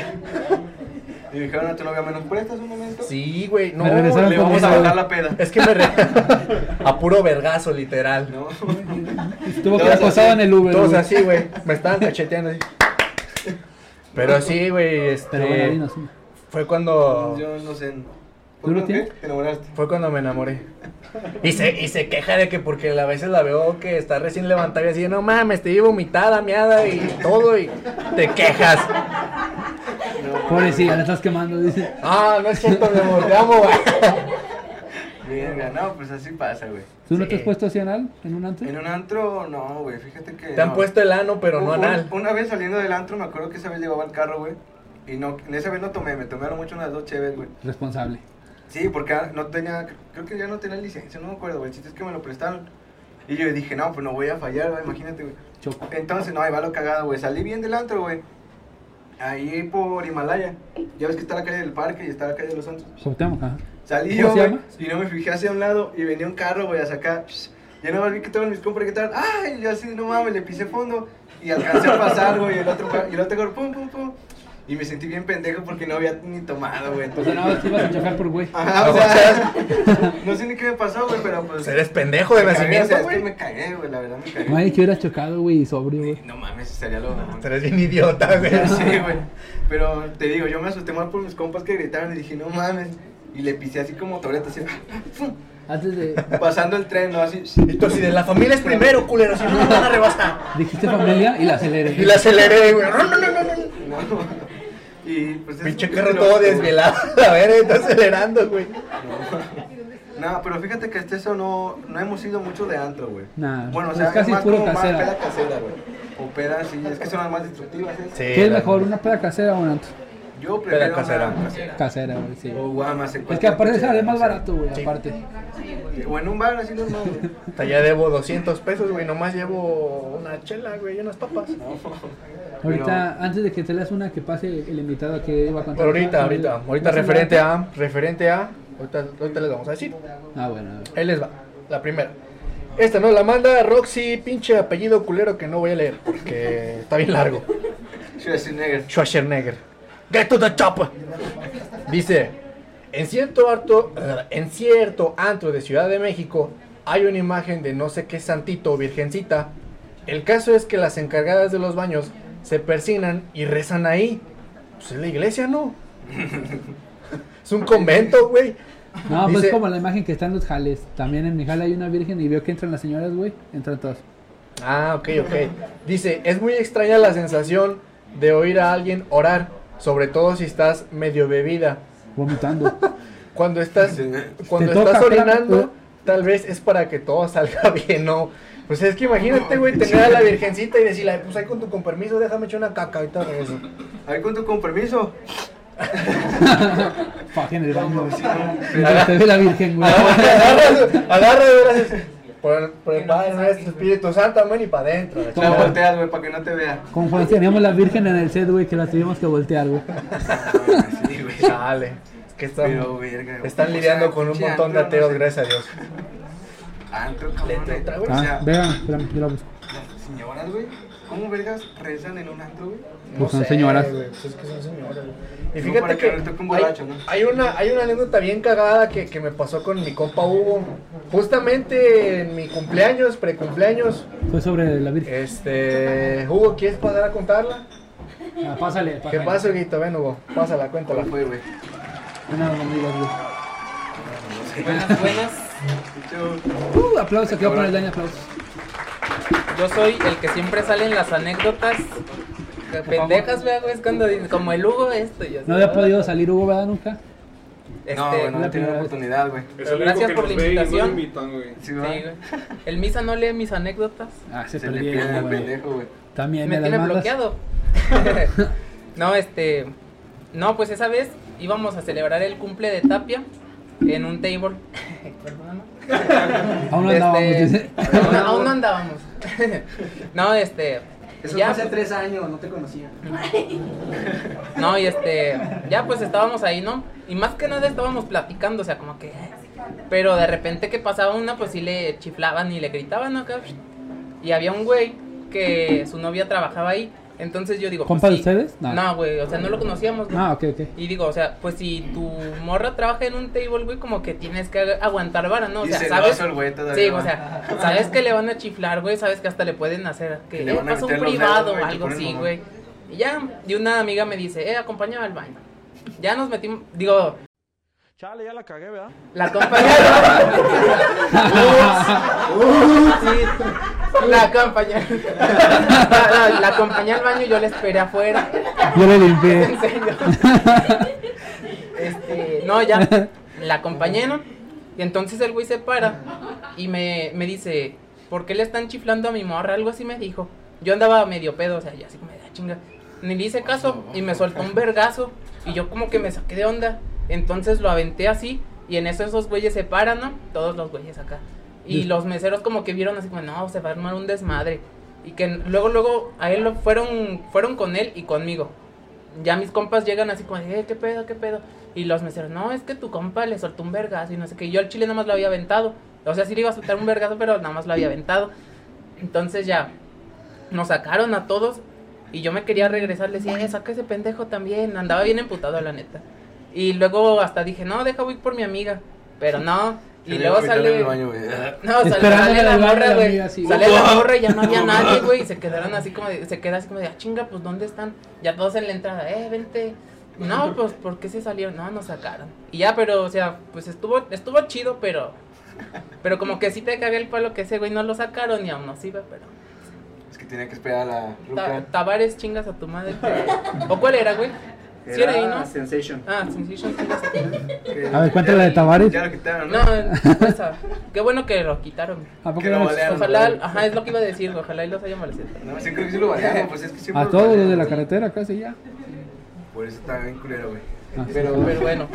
B: Y dijeron a tu novia, ¿me nos prestas un momento?
A: Sí, güey, no.
C: Me regresaron
A: le
B: Le vamos
A: vamos
B: a bajar
C: conmigo.
B: la peda.
A: a- Es que me re... A puro vergazo, literal.
B: No.
C: Tuvo
B: Todos
C: que ir acosado en
B: así.
C: el Uber,
A: Todos
C: güey.
A: así, güey. Me estaban cacheteando así. Pero sí, güey,
C: Pero bueno,
A: este...
C: dinos.
A: Fue cuando...
B: Yo no sé.
C: ¿Tú no
B: ¿Por qué?
C: tienes?
B: ¿Te enamoraste?
A: Fue cuando me enamoré. Y se, y se queja de que porque a veces la veo que está recién levantada y así, no mames, estoy vomitada, meada y todo y te quejas.
C: Pobrecilla, la estás quemando, dice.
A: Ah, no es cierto, mi amor, te amo, güey.
B: Verga, no, pues así pasa, güey.
C: ¿Tú no
A: Sí.
C: te has puesto así anal en un antro?
B: En un antro, no, güey, fíjate que
A: Te han
B: no.
A: puesto el ano, pero no
B: Un-
A: anal.
B: un- Una vez saliendo del antro, me acuerdo que esa vez llevaba el carro, güey. Y no, en esa vez no tomé, me tomaron mucho unas dos chéves, güey.
C: Responsable.
B: Sí, porque ah, no tenía, creo que ya no tenía licencia, no me acuerdo, güey. El chiste es que me lo prestaron. Y yo dije, no, pues no voy a fallar, güey, imagínate, güey.
C: Choco.
B: Entonces, no, ahí va lo cagado, güey. Salí bien del antro, güey. Ahí por Himalaya. Ya ves que está la calle del parque y está la calle de los santos.
C: Cuauhtémoc, ajá.
B: Salí yo,
C: ¿Cómo se
B: güey,
C: llama?
B: y no me fijé hacia un lado y venía un carro, güey, a sacar. Yo no más vi que todos mis compras que estaban, ay, y yo así, no mames, le pisé fondo y alcancé a pasar, güey, y el otro, ca- y el otro carro, pum, pum, pum. Y me sentí bien pendejo porque no había ni tomado, güey.
C: O
B: entonces-
C: sea, nada más te ibas a chocar por güey.
A: Ah,
B: Ajá, o sea, no sé ni qué me pasó, güey, pero pues...
A: Pues eres pendejo de
B: me cagué, o sea,
A: nacimiento,
C: este
B: es que
A: güey.
B: me cagué, güey, la verdad me cagué.
C: No hay que hubieras chocado, güey, y sobrio, güey.
B: No mames, estaría lo mamón.
A: Eres bien idiota, güey.
B: Sí, güey. Pero te digo, yo me asusté más por mis compas que gritaron y dije, no mames. Y le pisé así como toreta, así, ¡fum!
C: Antes de.
B: pasando el tren, ¿no? Así.
A: Y tú así de la familia es primero, culero, si no me van a rebasar.
C: Dijiste familia y la aceleré.
A: Y la aceleré, güey. No, no, no, no, no.
B: No. Y pues es-
A: Pinche carro todo
B: güey.
A: desvelado. A ver, está acelerando, güey.
B: No, pero fíjate que hasta eso no, no hemos ido mucho de antro, güey.
C: Nah,
B: Bueno, o
C: es
B: sea,
C: casi
B: más
C: puro
B: como
C: casera.
B: más peda casera, güey. O peda así, es que son las más destructivas, ¿eh?
A: Sí,
C: ¿Qué es
A: la-
C: mejor, una peda casera o una antro?
B: Yo prefiero
A: Peda casera.
B: una casera.
C: Casera, güey, sí.
B: O guamas en
C: Es que
B: cualquier
C: aparte
B: cochera,
C: sale más
B: o sea.
C: barato, güey,
A: Sí.
C: aparte.
B: O en un bar así normal, güey.
A: Hasta ya debo 200 pesos, güey. Nomás llevo una chela, güey, y unas papas.
C: Ahorita, antes de que te leas una que pase el invitado que iba a contar. Ah,
A: Pero ahorita, ahorita, ahorita
C: ¿Más
A: referente
C: adelante?
A: a, referente a, ahorita, ahorita les vamos a decir.
C: Ah, bueno, a ver.
A: Ahí les va, la primera. Esta no la manda Roxy, pinche apellido culero que no voy a leer porque está bien largo.
B: Schwarzenegger.
A: Schwarzenegger. Get to the top. Dice, en cierto, harto, en cierto antro de Ciudad de México hay una imagen de no sé qué santito o virgencita. El caso es que las encargadas de los baños se persignan y rezan ahí. Pues es la iglesia, ¿no? es un convento, güey.
C: No, pues
A: Dice-
C: como la imagen que está en los jales. También en mi jale hay una virgen y veo que entran las señoras, güey. Entran todas.
A: Ah, ok, ok. Dice, es muy extraña la sensación de oír a alguien orar, sobre todo si estás medio bebida.
C: Vomitando.
A: Cuando estás,
B: Sí.
A: cuando
C: Te toca,
A: estás
C: espérame,
A: orinando,
C: eh.
A: tal vez es para que todo salga bien, ¿no? Pues es que imagínate, güey, tener a la virgencita y decirle, "Ay, pues ahí con tu con permiso, déjame echar una caca, ahorita regreso.
B: A ver, con tu compromiso.
C: Faja en el baño.
B: Sí, no,
C: Mientras te ve la virgen, güey.
A: Ah, Agarra, agarra, gracias. Por el, por el
D: Que no
A: Padre
D: te
A: nuestro,
D: saquen, güey.
A: Espíritu Santo, amén, y para adentro. la
B: Tú
C: Como-
A: chingada.
B: volteas, güey, para que no te vea.
C: Como cuando teníamos la virgen en el set, güey, que la tuvimos que voltear, güey.
B: Sí, güey.
A: Chale, es que están,
B: Pero, verga, güey.
A: están
B: O
A: lidiando
B: sea,
A: con un
B: pinche
A: montón de
B: antro,
A: ateos,
B: no sé.
A: gracias a Dios.
B: Antro,
A: Le
B: cabrón.
A: entra
B: neta,
A: otra,
B: güey.
A: güey.
B: O
C: Ah,
B: sea,
C: vean, espérame, yo la busco.
B: las señoras, güey. ¿Cómo vergas rezan en un antro, güey?
C: Pues son señoras.
A: güey, pues es que son señoras, güey. Y
B: No,
A: fíjate
B: para que
A: que
B: no toque un
A: hay,
B: borracho, ¿no?
A: hay una, hay una anécdota bien cagada que, que me pasó con mi compa Hugo. Justamente en mi cumpleaños, precumpleaños,
C: Fue sobre la
A: eh,
C: virgen.
A: este... Hugo, ¿quieres pasar a contarla?
C: Ah, pásale, pásale.
A: ¿Qué pasa, Huguito? Ven, Hugo, pásala, cuéntala.
B: ¿Cuál fue, güey?
C: Una amiga, güey.
D: Buenas, buenas.
B: Pinche-
C: Uh, aplausos, aquí voy a poner Dani aplausos.
D: Yo soy el que siempre sale en las anécdotas. Que Pendejas, vea, güey, es cuando dicen, como el Hugo, esto. y yo
C: No
D: así,
C: había podido salir Hugo, ¿verdad? Nunca.
D: Este,
B: No, güey, no,
C: la
B: no tiene
C: primera vez.
B: oportunidad, güey.
E: Es el único
D: Gracias
E: que
D: por
E: nos
D: la
E: ve y no lo
D: invitación.
E: invitan, güey.
B: Sí,
D: Sí,
B: va.
D: güey. El Misa no lee mis anécdotas.
C: Ah, se,
B: Se le
C: perdió,
B: pierde al
C: güey.
B: pendejo, güey.
C: También
D: Me
C: las
D: tiene
C: mandas.
D: bloqueado. no, este. No, pues esa vez íbamos a celebrar el cumple de Tapia en un table. Perdón, ¿no?
C: Aún no
D: Este,
C: andábamos, dice.
D: aún, aún no andábamos. no, este.
F: Eso
D: ya,
F: fue hace
D: pues,
F: tres años, no te conocía.
D: No, y este, ya pues estábamos ahí, ¿no? Y más que nada estábamos platicando, o sea, como que... eh. Pero de repente que pasaba una, pues sí le chiflaban y le gritaban acá. Y había un güey que su novia trabajaba ahí. Entonces yo digo... pues,
C: ¿Compa de
D: sí.
C: ustedes? No.
D: No, güey, o sea, no lo conocíamos. güey.
C: Ah, ok, ok.
D: Y digo, o sea, pues si tu morra trabaja en un table, güey, como que tienes que ag- aguantar vara, ¿no? O
B: Y
D: sea,
B: celoso
D: ¿sabes?
B: el güey todavía,
D: Sí, o
B: güey.
D: sea, sabes que le van a chiflar, güey, sabes que hasta le pueden hacer que
B: Que le
D: eh,
B: van a
D: pasa un
B: meter los
D: privado
B: dedos, güey,
D: o
B: te
D: algo
B: ponen
D: así,
B: mamón.
D: güey. Y ya, y una amiga me dice, eh, acompáñame al baño. Ya nos metimos, digo,
G: Chale, ya la cagué, ¿verdad?
D: la acompañé al baño. Sí, la acompañé. La, la- la acompañé al baño y yo la esperé afuera.
C: Yo le limpié.
D: En serio. Este, no, ya la acompañé, ¿no? Y entonces el güey se para y me, me dice, ¿por qué le están chiflando a mi morra? Algo así me dijo. Yo andaba medio pedo, o sea, ya así como, da chinga. Ni le hice caso y me soltó un vergazo y yo como que me saqué de onda. Entonces lo aventé así y en eso esos güeyes se paran, ¿no? Todos los güeyes acá. Y
C: Sí.
D: los meseros como que vieron así como, no, se va a armar un desmadre. Y que luego, luego a él lo fueron, fueron con él y conmigo ya mis compas llegan así como, eh, qué pedo, qué pedo. Y los meseros, no, es que tu compa le soltó un vergazo y no sé qué. Yo al chile nada más lo había aventado. O sea, sí le iba a soltar un vergazo, pero nada más lo había aventado. Entonces ya nos sacaron a todos y yo me quería regresar. Le decía, eh, saca ese pendejo también. Andaba bien emputado, la neta. Y luego hasta dije, no, deja voy por mi amiga. Pero no. Y
B: Se le
D: luego
B: vomitó en el
D: sale.
B: baño, güey.
D: No, sal-
C: Esperando
D: sale
C: en
D: la
C: el baño
D: morra,
C: la
D: güey.
C: amiga, sí.
D: Sale la morra y ya no había nadie, güey. Y se quedaron así como, de- se queda así como de, ah, chinga, pues, ¿dónde están? Ya todos en la entrada, eh, vente. No, pues, ¿por qué se salieron? No, nos sacaron. Y ya, pero, o sea, pues estuvo, estuvo chido, pero, pero como que sí te cagué el palo que ese güey no lo sacaron y aún nos iba, pero.
B: Es que tenía que esperar a la
D: Ta-
B: ruca.
D: Tabares, chingas a tu madre. ¿O cuál era, güey? Sí era ahí, ¿no?
F: Sensation.
D: Ah, Sensation, chingas a tu madre.
B: Que-
C: A ver, cuéntale la de Tavares.
B: Ya lo quitaron,
D: No,
B: ¿no?
D: pues, ah, qué bueno que lo quitaron.
C: ¿A poco
B: Que lo
C: no-
B: balearon.
D: Ojalá, ajá, es lo que iba a decir, güey, ojalá y los haya molestado.
B: No, sí creo que sí lo banearon, pues es que siempre
C: A
B: lo
C: todos los de
B: banean.
C: la carretera casi ya.
B: Por eso está bien culero, güey.
C: Ah, sí.
D: Pero, pero bueno,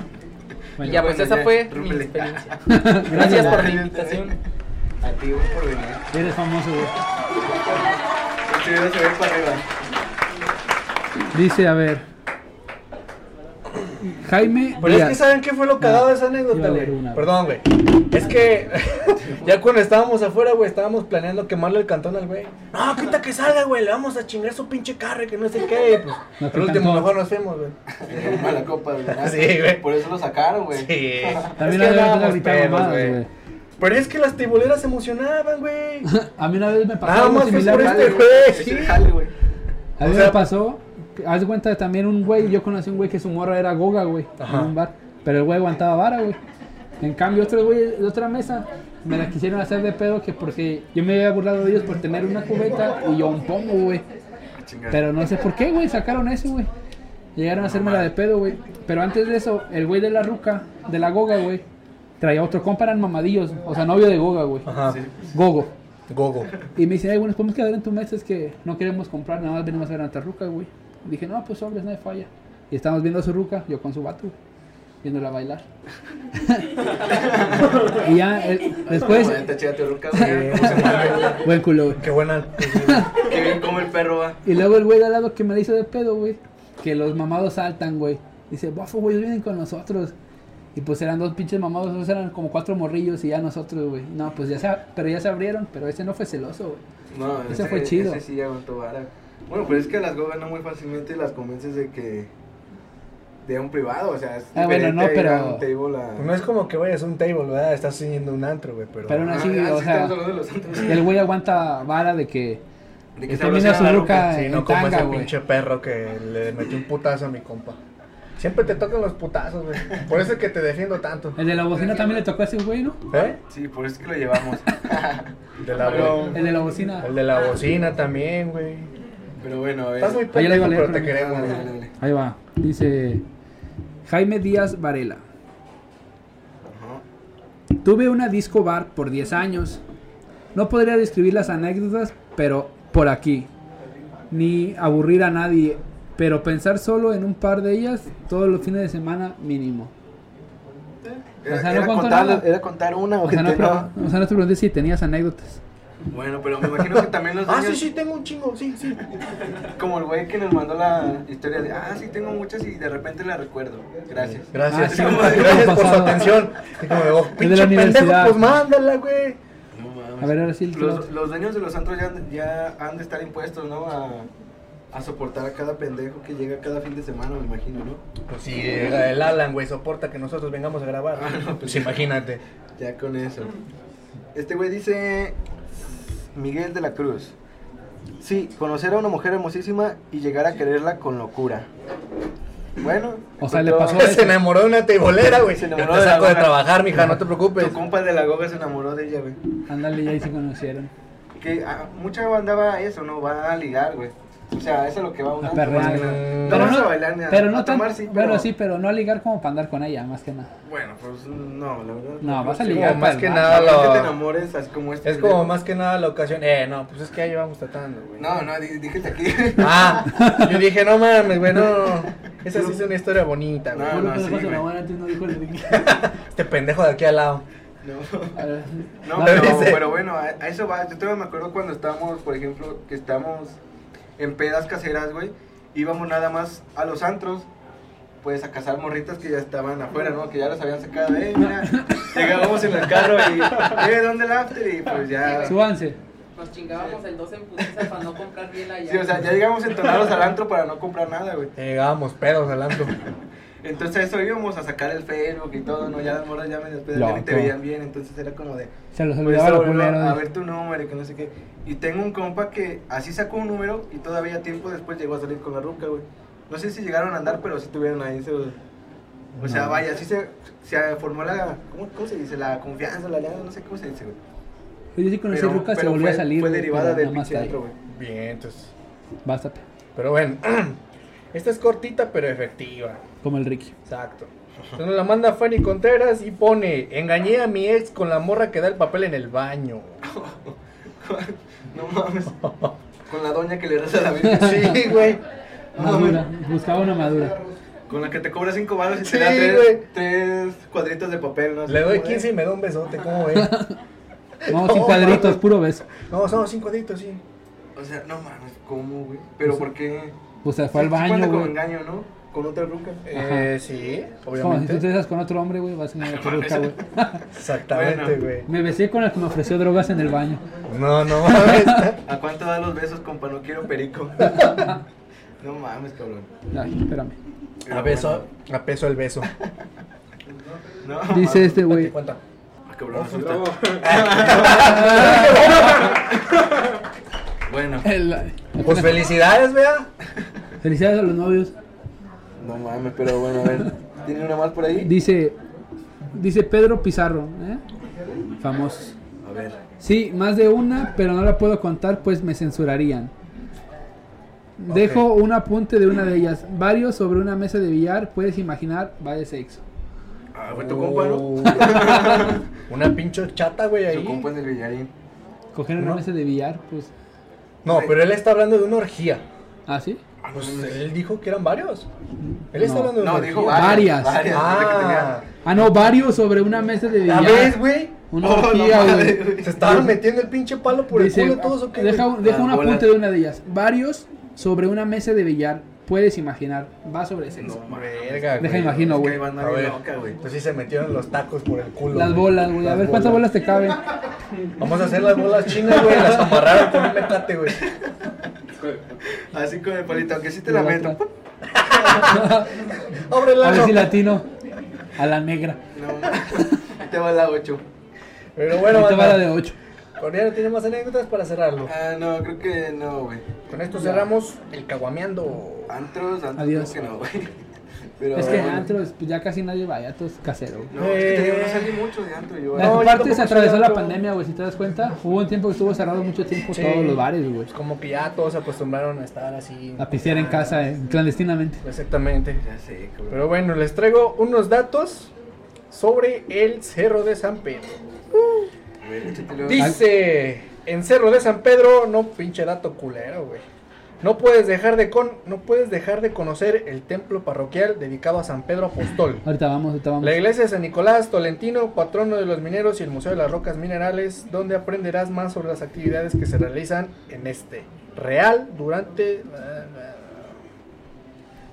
C: Bueno.
D: ya pues
B: Bueno,
D: esa
B: ya,
D: fue mi
B: rúmpele.
D: experiencia. Gracias por la invitación.
C: Ah.
B: A ti, güey, por venir.
C: Eres famoso, güey.
B: Este video se ve para arriba.
C: Dice, a ver. Jaime.
A: Pero es
C: Díaz.
A: que saben qué fue lo cagado de esa
C: Iba
A: anécdota,
C: a haber
A: güey.
C: una.
A: Perdón, güey. Es que ya cuando estábamos afuera, güey, estábamos planeando quemarle el cantón al güey. No, que ahorita que salga, güey, le vamos a chingar su pinche carro y que no sé qué. Y pues,
C: Nos
A: al
C: pican
A: último
C: todos.
A: mejor nos fuimos, güey.
B: A la copa, güey.
A: Sí, güey.
B: Por eso lo sacaron, güey.
A: Sí.
C: También
A: es
C: la
A: que
C: de
A: andábamos
C: gritar
A: pedos,
C: mamadas,
A: güey.
C: güey.
A: Pero es que las tibuleras se emocionaban, güey.
C: A mí una vez me pasó
A: Nada
C: algo
A: más fue
C: similar.
A: por
B: Jale,
A: este güey,
B: Es el
A: sí.
B: jale, güey.
C: A mí
A: o sea-
C: me pasó Haz de cuenta también un güey, yo conocí un güey que su morra era goga, güey,
A: Ajá.
C: en un bar. Pero el güey aguantaba vara, güey. En cambio, otros güey de otra mesa me la quisieron hacer de pedo que porque yo me había burlado de ellos por tener una cubeta y yo un pomo, güey.
B: Chingada.
C: Pero no sé por qué, güey, sacaron eso, güey. Llegaron a hacérmela de pedo, güey. Pero antes de eso, el güey de la ruca, de la goga, güey, traía otro compa, eran mamadillos, o sea, novio de goga, güey.
A: Ajá.
C: Gogo.
A: Gogo.
C: Y me dice, ay, bueno, nos podemos quedar en tu mesa, es que no queremos comprar, nada más venimos a ver a ruca, güey. Dije, no, pues sobres, no hay falla. Y estábamos viendo a su ruca, yo con su vato, güey, viéndola bailar. y ya, eh, después,
B: Como neta, chida tu ruca, güey, cómo se mueve.
C: buen culo, güey.
A: Eh, Qué buena. Pues,
B: Qué bien como el perro va.
C: Y luego el güey de al lado que me la hizo de pedo, güey, que los mamados saltan, güey. Dice, bofo, güey, ellos vienen con nosotros. Y pues eran dos pinches mamados, esos eran como cuatro morrillos y ya nosotros, güey. No, pues ya se, pero ya se abrieron, pero ese no fue celoso, güey.
B: No,
C: Ese fue chido.
B: Ese sí aguantó vara. Bueno, pero es que a las gogas no muy fácilmente las convences de que. de un privado, o sea, es
C: Ah, bueno,
B: diferente
C: no,
B: ir a
C: pero- pues
B: un table a-
A: No es como que vayas a un table, ¿verdad? Estás siguiendo un antro, güey, pero.
C: Pero
B: Ah,
C: una- así,
B: ah,
C: o
B: sí,
C: sea,
B: estamos hablando de los santos.
C: El güey aguanta vara de que
B: De
C: está
B: se
C: viendo
B: abrazan
C: su
B: a la
C: ruca.
A: Sí,
B: ruca.
A: no
C: en
A: como
C: tanga,
A: ese
C: güey.
A: pinche perro que le metió un putazo a mi compa. Siempre te tocan los putazos, güey. Por eso es que te defiendo tanto.
C: El de la bocina también le tocó a ese güey, ¿no?
A: ¿Eh?
B: Sí, por eso es que lo llevamos.
A: De la
E: Pero-
C: El de la bocina.
A: El de la bocina también, güey.
B: Pero bueno, a ver.
A: Estás muy
C: Ahí le
A: pendejo,
C: digo, le-
A: pero te
C: le-
A: queremos.
B: Dale,
A: güey.
B: dale, dale.
C: Ahí va. Dice Jaime Díaz Varela.
B: Ajá.
C: Tuve una disco bar por 10 años. No podría describir las anécdotas, pero por aquí. Ni aburrir a nadie, pero pensar solo en un par de ellas todos los fines de semana mínimo.
B: Era,
C: O sea, no
B: era
C: cuento
B: contar,
C: nada.
B: era contar una
C: O sea, no,
B: ojete,
C: pro-
B: ¿no?
C: o sea, no te pregunté si tenías anécdotas.
B: Bueno, pero me imagino que también los
A: Ah,
B: niños,
A: sí, sí, tengo un chingo, sí, sí.
B: como el güey que nos mandó la historia de, ah, sí, tengo muchas y de repente la recuerdo. Gracias.
C: Ah,
A: Gracias,
C: sí,
A: güey.
C: güey.
A: gracias por su
C: Pasado.
A: atención. Y como de, oh,
C: de la
A: pinche pendejo,
C: universidad.
A: pues mándala, güey.
B: No mames.
C: A ver, ahora sí el
B: Los,
C: otro.
B: los dueños de los antros ya, ya han de estar impuestos, ¿no? A, a soportar a cada pendejo que llega cada fin de semana, me imagino, ¿no?
A: Pues sí, eh, el Alan, güey, soporta que nosotros vengamos a grabar.
B: Ah, no,
A: pues
B: pues-
A: imagínate.
B: Ya con eso. Este güey dice Miguel de la Cruz. Sí, conocer a una mujer hermosísima y llegar a quererla con locura. Bueno.
C: O sea, le
B: encontró-
C: pasó
A: Se enamoró de una teibolera, güey.
B: Se
A: Yo
B: enamoró
A: te
B: de la
A: saco de
B: goga.
A: trabajar, mija, no te preocupes.
C: pues.
B: Tu compa de la goga se enamoró de ella, güey.
C: Ándale, ya ahí se conocieron.
B: Que ah, mucha banda va a eso, ¿no? Va a ligar, güey. O sea, eso es lo que va a un
C: A
B: antro, más
C: perrear.
B: que nada.
A: Mm.
B: No
C: Pero
B: vas
C: no,
B: a bailar ni a,
C: pero no
B: a
C: tan-
B: tomar, sí, pero...
C: Bueno, sí, pero no ligar como para andar con ella, más que nada.
B: Bueno, pues no, la verdad.
C: No, vas a
A: Sí,
C: ligar.
A: como más
C: para-
A: que
B: La
A: nada
B: verdad que te
A: lo...
B: enamores así como este.
A: Es como más que nada la ocasión. Eh, no, pues es que ya llevamos tratando, güey.
B: No, no, dí- dígete aquí.
A: Ah, yo dije, no mames, güey, no. Esa sí es una historia bonita, güey.
B: No, Ah,
C: Bueno,
B: no,
C: pero
B: sí,
C: pasa la
B: güey.
C: buena, antes no dijo el Ricky.
A: Este pendejo de aquí al lado.
B: No.
C: A ver.
B: No,
C: No,
B: pero,
A: pero dice-
B: pero bueno, a, a eso va. Yo todavía me acuerdo cuando estábamos, por ejemplo, que estábamos en pedas caseras, güey. Íbamos nada más a los antros, pues a cazar morritas que ya estaban afuera, ¿no? Que ya las habían sacado. Eh, mira, llegábamos en el carro y, eh, ¿dónde el after? Y pues ya.
C: Súbanse.
D: Nos chingábamos el 12 en putiza para no comprar bien allá.
B: Sí, o sea, ya llegamos entonados al antro para no comprar nada, güey.
A: Llegábamos Eh, pedos al antro.
B: Entonces a eso íbamos a sacar el Facebook y todo, ¿no? Ya las morras ya me despedían, ya ni te
C: Loco.
B: veían bien, entonces era como de...
C: Se los
B: Pues,
C: olvidaba lo
B: sobre, ¿no?
C: culero.
B: a ver tu número y que no sé qué. Y tengo un compa que así sacó un número y todavía tiempo después llegó a salir con la ruca, güey. No sé si llegaron a andar, pero sí tuvieron ahí su... O sea,
C: No.
B: vaya, así se, se formó la... ¿cómo, cómo se dice? La confianza, la alianza, no sé cómo se dice, güey.
C: Yo sí conocí a
B: Pero-
C: Ruca, se
B: pero
C: volvió
B: fue,
C: a salir.
B: Fue
C: güey,
B: derivada
C: pero
B: del
C: nada más
B: pinche
C: tarde.
B: antro, güey.
A: Bien, entonces.
C: Basta, pe,
A: Pero bueno, esta es cortita pero efectiva.
C: como el Ricky.
A: Exacto. Entonces nos la manda Fanny Contreras y pone: Engañé a mi ex con la morra que da el papel en el baño.
B: No mames. Con la doña que le reza la vida.
A: Sí, güey.
C: Madura, buscaba una madura.
B: Con la que te cobra cinco balas y
A: Sí,
B: te da tres,
A: güey.
B: tres cuadritos de papel, ¿no?
A: Le doy
B: Como de-
A: 15 y me da un besote, ¿cómo ves?
C: Vamos, sin
A: No,
C: cuadritos,
A: mames.
C: puro beso.
A: No, son 5 deditos, sí.
B: O sea, no mames, ¿cómo, güey? Pero ¿por qué?
C: O sea, Pues fue al
B: Sí, sí cuenta
C: baño,
B: como
C: güey.
B: engaño, ¿no? Con otra ruca.
A: Eh, sí,
C: Es Como si tú te
A: obviamente.
C: besas con otro hombre, güey, vas a engañar a tu Ruca, güey.
A: Exactamente,
B: Bueno.
A: güey.
C: Me besé con el que me ofreció drogas en el baño.
A: No, no mames.
B: ¿A cuánto dan los besos, compa? No quiero perico. no mames, cabrón.
C: Ay, espérame.
A: A beso, a peso el beso.
B: No,
C: Dice
B: mames.
C: este,
A: Date
C: güey.
A: cuenta.
B: Ah, cabrón, me asusta. Bueno,
C: El-
A: Pues felicidades, vea.
C: Felicidades a los novios.
B: No mames, pero bueno, a ver. ¿Tiene una más por ahí?
C: Dice, dice Pedro Pizarro, ¿eh? famoso.
B: A ver.
C: Sí, más de una, pero no la puedo contar, pues me censurarían. Dejo un apunte de una de ellas. Varios sobre una mesa de billar, puedes imaginar, va de sexo.
A: Ah, fue tu compa,
B: Oh.
A: ¿no? Una pinche chata, güey,
B: Su compa es
A: ahí.
B: del Villarín.
C: Coger una
A: ¿No?
C: mesa de billar, pues.
A: No, pero él está hablando de una orgía.
C: ¿Ah, sí?
A: Pues él dijo que eran varios. Él está
C: No.
A: hablando de una
B: No,
A: orgía.
B: dijo varias.
C: Varias.
B: Varias. dice que
A: Ah,
B: tenía-
C: Ah, no, varios sobre una mesa de
A: ¿la
C: billar.
A: ves, güey?
C: Una
B: Oh, no
C: orgía,
B: mames,
C: güey.
B: güey.
A: Se estaban metiendo el pinche palo por
C: Dice,
A: el culo todos, ¿o qué? güey? Ah,
C: deja un, deja un
B: Las bolas.
C: apunte de una de ellas. Varios sobre una mesa de billar, puedes imaginar, va sobre sexo.
B: No,
A: Verga,
C: Deja
A: güey.
C: imagino. No,
B: Es que hay
C: güey.
A: A
B: banda bien
A: ver,
B: loca, güey.
A: entonces sí se metieron los tacos por el culo.
C: Las bolas, güey. A
A: Las
C: ver cuántas bolas
A: bolas.
C: te caben.
A: Vamos a hacer las bolas chinas, güey. Las amarraron con un mecate, güey.
B: Así con el palito, aunque sí te la meto.
A: Ábrela,
C: A ver
A: no.
C: si latino. A la negra.
B: No mames. Te va la 8.
A: Pero
C: Bueno,
A: bueno,
C: va la
A: banda,
C: de 8.
A: Cordiano tiene más anécdotas para cerrarlo.
B: Ah, no, creo que no, güey.
A: Con esto cerramos el caguameando. Ah,
B: Antros, antros,
C: Adiós.
B: creo que no, güey. Pero,
C: Es que
B: bueno.
C: antros, pues ya casi nadie va, ya todo es casero. güey.
B: No, es que te digo,
A: Eh.
B: no salí mucho de antro yo. eh.
A: No, yo
C: Aparte
A: tampoco
C: se
A: soy
C: atravesó la
A: antro.
C: pandemia, güey, si te das cuenta. Hubo un tiempo que estuvo cerrado mucho tiempo
A: Sí.
C: todos los bares, güey.
A: Pues como que ya todos se acostumbraron a estar así.
C: A pistear en casa, eh, clandestinamente.
A: Exactamente.
B: Ya sé, cabrón.
A: Pero bueno, les traigo unos datos sobre el Cerro de San Pedro.
B: A ver, échatelo.
A: Dice, en Cerro de San Pedro, no pinche dato culero, güey. No puedes dejar de con, no puedes dejar de conocer el templo parroquial dedicado a San Pedro Apóstol.
C: Ahorita vamos, ahorita vamos.
A: La iglesia de San Nicolás Tolentino, patrono de los mineros y el Museo de las Rocas Minerales, donde aprenderás más sobre las actividades que se realizan en este real durante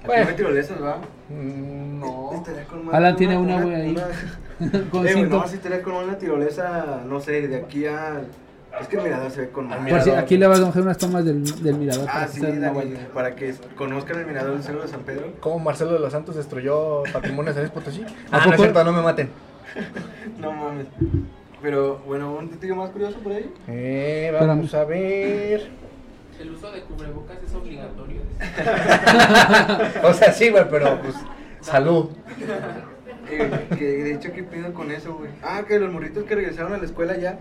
B: Aquí
A: Bueno.
B: me tirolesas, va?
A: Mm, no.
B: Estaría con más-
C: pues. Alan tiene una, güey, ahí. Con
B: Eh, güey,
C: cinto.
B: no, si estaría con una tirolesa, no sé, de aquí a... Es que el mirador se ve con más.
C: Ah, Por si- aquí le vas a coger unas tomas del, del mirador
B: Ah,
C: para
B: sí,
C: que se den una
B: Dani,
C: vuelta.
B: para que conozcan el mirador del Cerro de San Pedro.
A: ¿Cómo Marcelo de los Santos destruyó patrimonio de San Luis Potosí? Ah,
C: ¿A
A: no
C: poco?
A: es cierto, no me maten.
B: No mames. Pero, bueno, ¿un testigo más curioso por ahí?
A: Eh, vamos
C: Espérame.
A: a ver.
D: El uso de cubrebocas es obligatorio.
A: O sea, sí, güey, pero pues salud.
B: Eh, que de hecho, ¿qué pido con eso, güey? Ah, que los morritos que regresaron a la escuela ya,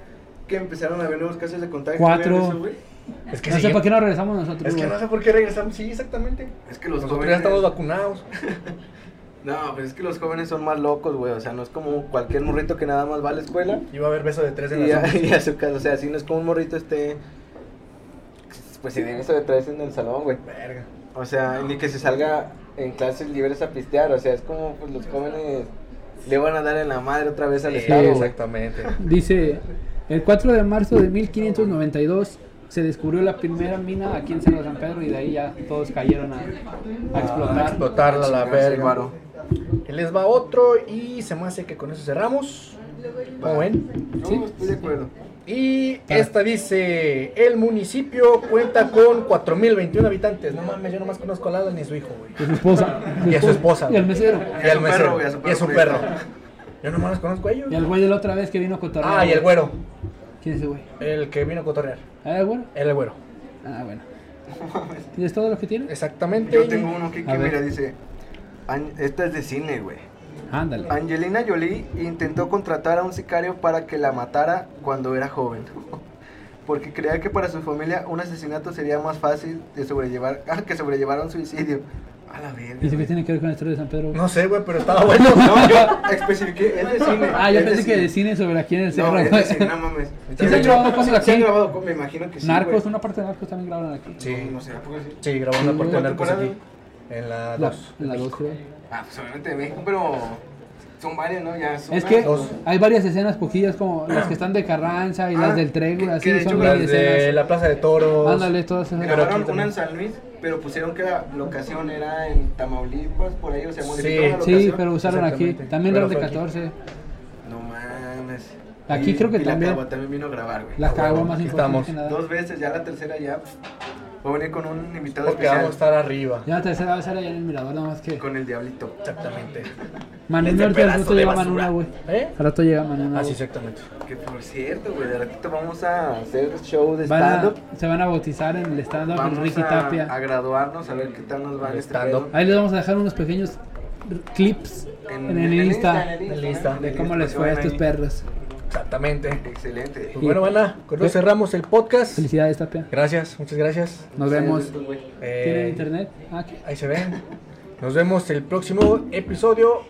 B: que empezaron a ver nuevos casos de contagio.
C: Cuatro.
B: ¿vieron eso, güey?
A: Es
C: no sé
A: sí.
C: por qué no regresamos nosotros.
A: Es que
C: güey.
A: no sé por qué regresamos. Sí, exactamente.
B: Es que los
A: Nosotros
B: jóvenes...
A: ya estamos vacunados.
B: No, pero es que los jóvenes son más locos, güey. O sea, no es como cualquier morrito que nada más va a la escuela
A: Iba a haber beso de tres en
B: y
A: la
B: a,
A: zona.
B: y a su casa. O sea, si no es como un morrito esté. Pues sin eso de traes en el salón, güey.
A: Verga.
B: O sea, ni que se salga en clases libres a pistear. O sea, es como pues, los jóvenes le van a dar en la madre otra vez al
A: Sí,
B: Estado. güey.
A: exactamente.
C: Dice, el 4 de marzo de 1592 se descubrió la primera mina aquí en Cerro San Pedro y de ahí ya todos cayeron a, a
A: A
C: explotar.
A: explotarla la
B: Chingarse el
A: verga.
B: varo.
A: Y les va otro y se me hace que con eso cerramos. ¿Cómo ven?
B: No, estoy de acuerdo.
A: Y
B: Ah.
A: esta dice, el municipio cuenta con 4.021 habitantes. No mames, yo nomás conozco a Lala ni su hijo, güey.
C: Y su esposa.
A: Y a su esposa,
C: Y al
A: güey.
C: mesero.
A: Y al
B: su
A: mesero.
B: perro, güey, a su
A: Y a su
B: perro.
A: perro. Yo nomás los conozco a ellos.
C: Y al güey de la otra vez que vino a cotorrear.
A: Ah, y el güero.
C: ¿Quién es ese güey?
A: El que vino a cotorrear.
C: ¿Ah, el güero?
A: El güero.
C: Ah, bueno. ¿Y es todo lo que tiene?
A: Exactamente.
B: Yo tengo uno aquí
C: A
B: que
C: ver.
B: mira, dice. "An- Esta es de cine, güey.
C: Ándale.
B: Angelina Jolie intentó contratar a un sicario para que la matara cuando era joven. Porque creía que para su familia un asesinato sería más fácil de sobrellevar ah, que sobrellevar un suicidio. A la verga.
C: ¿Y eso qué
B: güey.
C: tiene que ver con la historia de San Pedro? güey?
A: No sé, güey, pero estaba bueno.
B: No, yo especifiqué, es de cine.
C: Ah, yo
B: es
C: pensé que de cine sobre aquí en el cerro.
B: No, es
C: güey.
B: de cine, no mames.
A: se han
B: De hecho,
C: grabado cosas
B: sí han
C: aquí.
B: grabado, me imagino que sí.
C: Narcos,
B: güey.
C: una parte de Narcos también grabaron aquí.
A: Sí,
B: No sé, ¿a poco sí?
A: sí, grabó una parte de
C: ¿Cuál
A: Narcos
B: temporada?
A: aquí. En la
C: La,
A: 2.
C: en la dos, creo.
B: Ah, pues obviamente de México, pero son varias, ¿no? Ya son
C: Es que
A: Dos.
C: hay varias escenas poquillas como las que están de Carranza y las
B: Ah,
C: del
B: que-
C: Trébol,
B: que
C: así
B: de hecho
C: son
A: Las
C: varias
A: de
C: escenas.
A: la Plaza de Toros.
C: Ándale, todas esas.
A: Pero aquí
B: Grabaron una
A: también.
B: en San Luis, pero pusieron que la locación era en Tamaulipas, por ahí, o sea,
A: Sí.
B: modificaron la
C: Sí,
B: locación.
C: pero usaron aquí.
A: Exactamente.
C: También
A: Pero
C: los de
A: fue aquí.
C: 14.
B: No mames.
C: Aquí creo que
B: la
C: también.
B: Cagua también vino a grabar, güey.
C: La
A: Ah,
C: cagó
A: bueno,
C: más
A: aquí
C: importante
A: estamos.
C: que nada.
B: Dos veces, ya la tercera ya. pff, Va a venir con un invitado
A: Porque vamos a
B: especial.
A: estar arriba.
C: Ya la tercera vez era allá en el mirador, nada más que.
B: Con el diablito.
A: Exactamente.
C: Manuel
A: Este
C: Norte al
A: pedazo
C: rato
A: de
C: llega
A: basura.
C: Manuna, güey.
A: ¿Eh?
C: Al rato llega Manuna.
A: Así,
C: güey.
A: exactamente.
B: Que por cierto, güey, de ratito vamos a hacer show de
C: Van a-
B: stand-up.
C: se van a bautizar en el stand-up
B: Vamos
C: con Ricky
B: a, a
C: Tapia.
B: graduarnos, a ver qué tal nos va en este
A: Stand-up.
B: pedo.
C: Ahí les vamos a dejar unos pequeños r- clips en, el Insta
B: en
A: el Insta,
B: en
C: de
B: el
C: cómo
B: Insta,
C: les
B: se
C: fue a
B: ven
C: estos
B: ahí.
C: perros.
A: Exactamente.
B: Excelente.
A: Pues bueno, banda, con eso cerramos el podcast.
C: ¿Eh? Felicidades, Tapia.
A: Gracias, muchas gracias.
C: Nos vemos.
B: Saludos, güey.
A: Eh,
C: ¿Tienen internet? Ah, aquí.
A: Ahí se ven. Nos vemos el próximo episodio.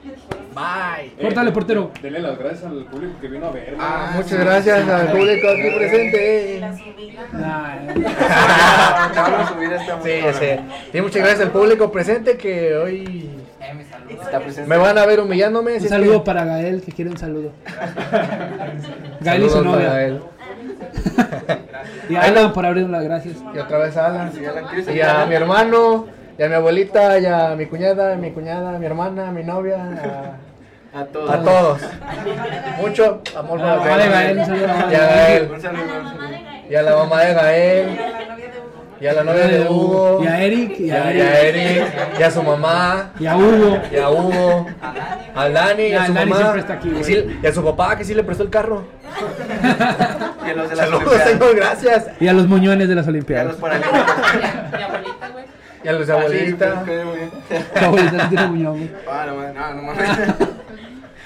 A: Bye.
C: Córtale, portero.
E: Dele Eh, las gracias al público que vino a ver.
A: Ah, muchas gracias al público aquí presente.
C: Nah, eh.
B: Te van a subir esta
A: Sí,
B: morra.
A: sí. Y muchas gracias al público presente que hoy
B: Está presente.
A: me van a ver humillándome. así
C: Un
A: es
C: saludo
A: que-
C: para Gael, que quiere un saludo. Gael y su
A: Saludos para
C: novia.
A: él.
C: Y a Alan por abrirnos las gracias.
A: Y otra vez a Alan.
B: Sí, Alan, ¿quieres
A: Y a
B: saludar?
A: mi hermano, y a mi abuelita, y a mi cuñada, a mi cuñada, a mi hermana, a mi novia,
B: A
A: a,
B: todos.
A: a todos. Mucho amor
C: A la mamá de Gael, un saludo a la mamá
A: Y a
C: de
A: Gael.
B: Un saludo. un saludo.
A: Y a la mamá de Gael. Y a la novia de Hugo.
C: Y a Eric, y
A: Y a,
C: a
A: y a
C: Eric,
A: Eric. Y a su mamá.
C: y a Hugo.
A: Y a Hugo. Al Dani. Y
C: Ya,
A: a su
C: el Dani
A: mamá.
C: siempre está aquí,
A: que
C: güey.
A: sí- Y a su papá que sí le prestó el carro.
B: Y a los de las
A: Saludos,
B: Olimpiadas.
A: señor. Gracias.
C: Y a los muñones de
B: Y a los
C: las Olimpiadas.
B: paralímpicos.
D: Mi abuelita, güey.
A: Y a los abuelitas.
B: Sí, pues, qué bien.
C: Tu abuelita sí tiene muñón, güey.
B: Ah, no mames, no, no mames.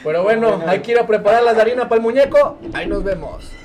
A: Pero bueno, hay que ir a preparar la harina para el muñeco. Ahí nos vemos.